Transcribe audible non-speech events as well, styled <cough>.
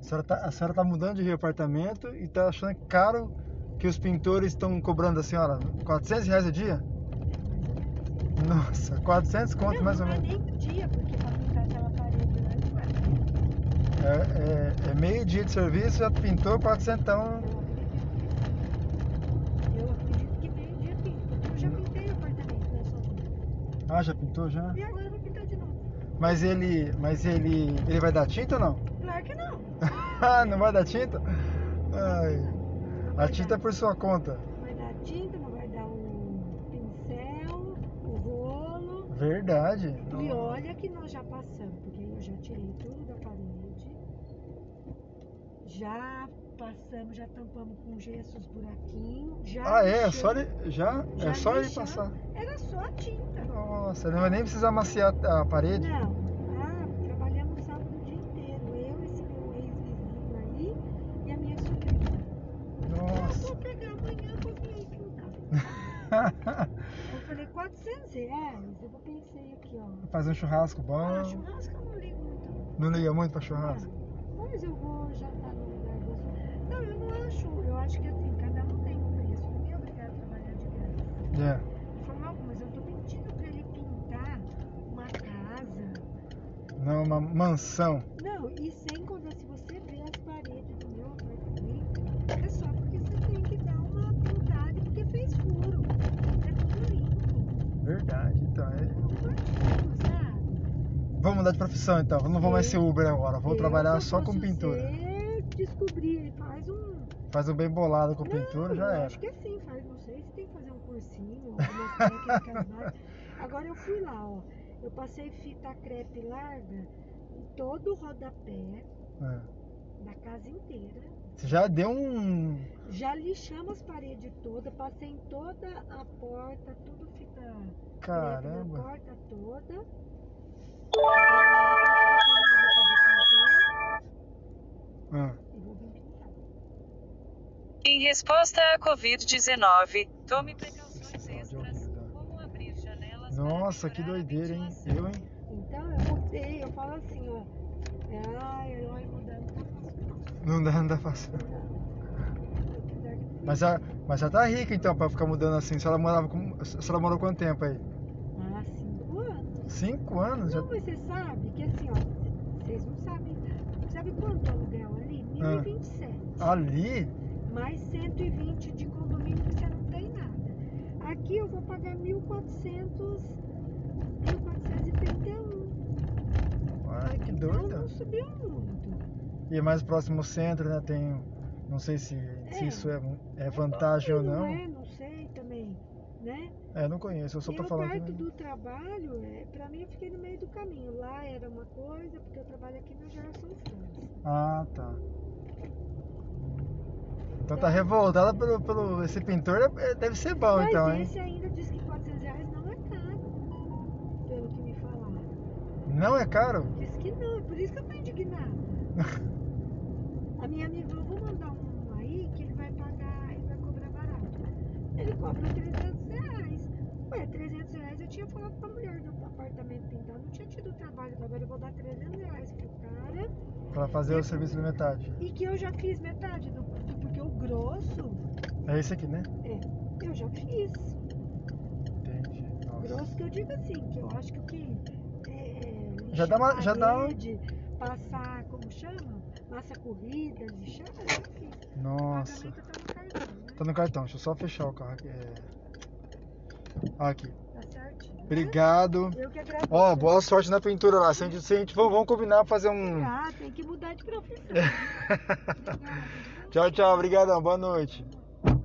senhora tá, a senhora tá mudando de apartamento e tá achando caro que os pintores estão cobrando a senhora 400 reais a dia? Nossa, 400 conto não, mais ou não é menos. nem dia, porque pra pintar aquela parede lá não é. É, é- é meio dia de serviço, já pintou 400. Eu acredito que meio dia pinta. Eu já pintei o apartamento da sua mãe. Ah, já pintou já? E agora eu vou pintar de novo. Mas ele, mas ele, ele vai dar tinta ou não? Claro que não. <laughs> Ah, não vai dar tinta? Ai. A tinta é por sua conta. Vai dar tinta, não vai dar o pincel, o rolo. Verdade. Então, E olha que nós já passamos, porque eu já tirei tudo da parede. Já passamos, já tampamos com gesso os buraquinhos. Já Ah, é, é lixamos. só ele, já, é Já só ele lixamos. passar. Era só a tinta. Nossa, ele não vai nem precisar maciar a parede. Não. Ah, trabalhamos sábado o dia inteiro. Eu, esse meu ex-vizinho aí e a minha sobrinha. Eu Nossa. <laughs> vou pegar amanhã pra vir aí pintar. Eu falei, 400 reais? Eu pensei aqui, ó. Fazer um churrasco Ah, bom. churrasco eu não ligo muito. não. Não liga muito pra churrasco? Mas eu vou jantar no lugar do outro. Não, eu não acho. Eu acho que assim, cada um tem um preço. Ninguém é obrigado a trabalhar de graça. É. Ele falou, não, mas eu tô pedindo pra ele pintar uma casa. Não, é uma mansão. Não, e sem contar, se você vê as paredes do meu apartamento, é só porque você tem que dar uma pintada, porque fez furo. É tudo limpo. Verdade, então. é- Eu não curti, sabe? Vamos mudar de profissão então. Eu não vou mais ser Uber agora. Vou Eu, trabalhar se só com fosse pintura. você, descobri, ele faz um. Faz um bem bolado com pintura, Não, já eu era. Acho que assim, faz, não sei se tem que fazer um cursinho, algumas <laughs> técnicas mais. Agora eu fui lá, ó. Eu passei fita crepe larga em todo o rodapé É. da casa inteira. Você já deu um. Já lixamos as paredes toda, passei em toda a porta, tudo fita crepe na Caramba. porta toda. Ah, E vou vir pintar. Em resposta à Covid-19, tome Nossa, precauções esse áudio é extras, horrível. como abrir janelas para Nossa, que melhorar a doideira, hein? ventilação. Eu, hein? Então eu mudei, eu falo assim, ó. Ai, herói mudando, tá fácil. Não dá, não dá fácil. Apesar que Mas já, mas já tá rica então pra ficar mudando assim. Se ela morava com. Se ela morou quanto tempo aí? Ah, cinco anos. Cinco anos? Já... Não, mas você sabe que assim, ó, vocês não sabem. Sabe quanto é aluguel ali? Ah. 1027. Ali? Mais 120 de condomínio que você não tem nada. Aqui eu vou pagar 1400, 1431. Ai, que Então doido. um. não subiu muito. E é mais próximo ao centro, né? Tem. Não sei se, se É. isso é, é vantagem ou não. não. É, não sei também, né? É, não conheço, eu só eu tô falando. perto que- do trabalho, é, pra mim eu fiquei no meio do caminho. Lá era uma coisa, porque eu trabalho aqui na Gerson Santos. Ah, tá. Então tá revoltada pelo, pelo. Esse pintor é- é- deve ser bom, Mas então, hein? esse ainda diz que 400 reais não é caro, pelo que me falaram. Não é caro? Diz que não, é por isso que eu tô indignada. <laughs> A minha amiga falou, vou mandar um aí que ele vai pagar, ele vai cobrar barato. Ele cobra 300 reais. Ué, 300 reais eu tinha falado pra mulher do apartamento pintar, não tinha tido trabalho, agora eu vou dar 300 reais pro cara. Pra fazer o serviço de metade. E que eu já fiz metade do, do porque o grosso É esse aqui, né? eu já fiz. Entendi. Nossa. Grosso que eu digo assim, que eu acho que o que. É, Já lixar dá uma- já dá um uma- parede, Passar, como chama? Massa corrida, lixar, eu já fiz. Nossa. Pagamento tá no cartão, né? Tá no cartão, deixa eu só fechar o carro aqui. é. Ah, Aqui. Tá certinho. né? Obrigado. Eu que agradeço. Ó, boa sorte na pintura lá. Se a gente, se a gente vamos, vamos combinar pra fazer um. <laughs> Ah, tem que mudar de profissão. Obrigada. Tchau, tchau. Obrigadão. Boa noite.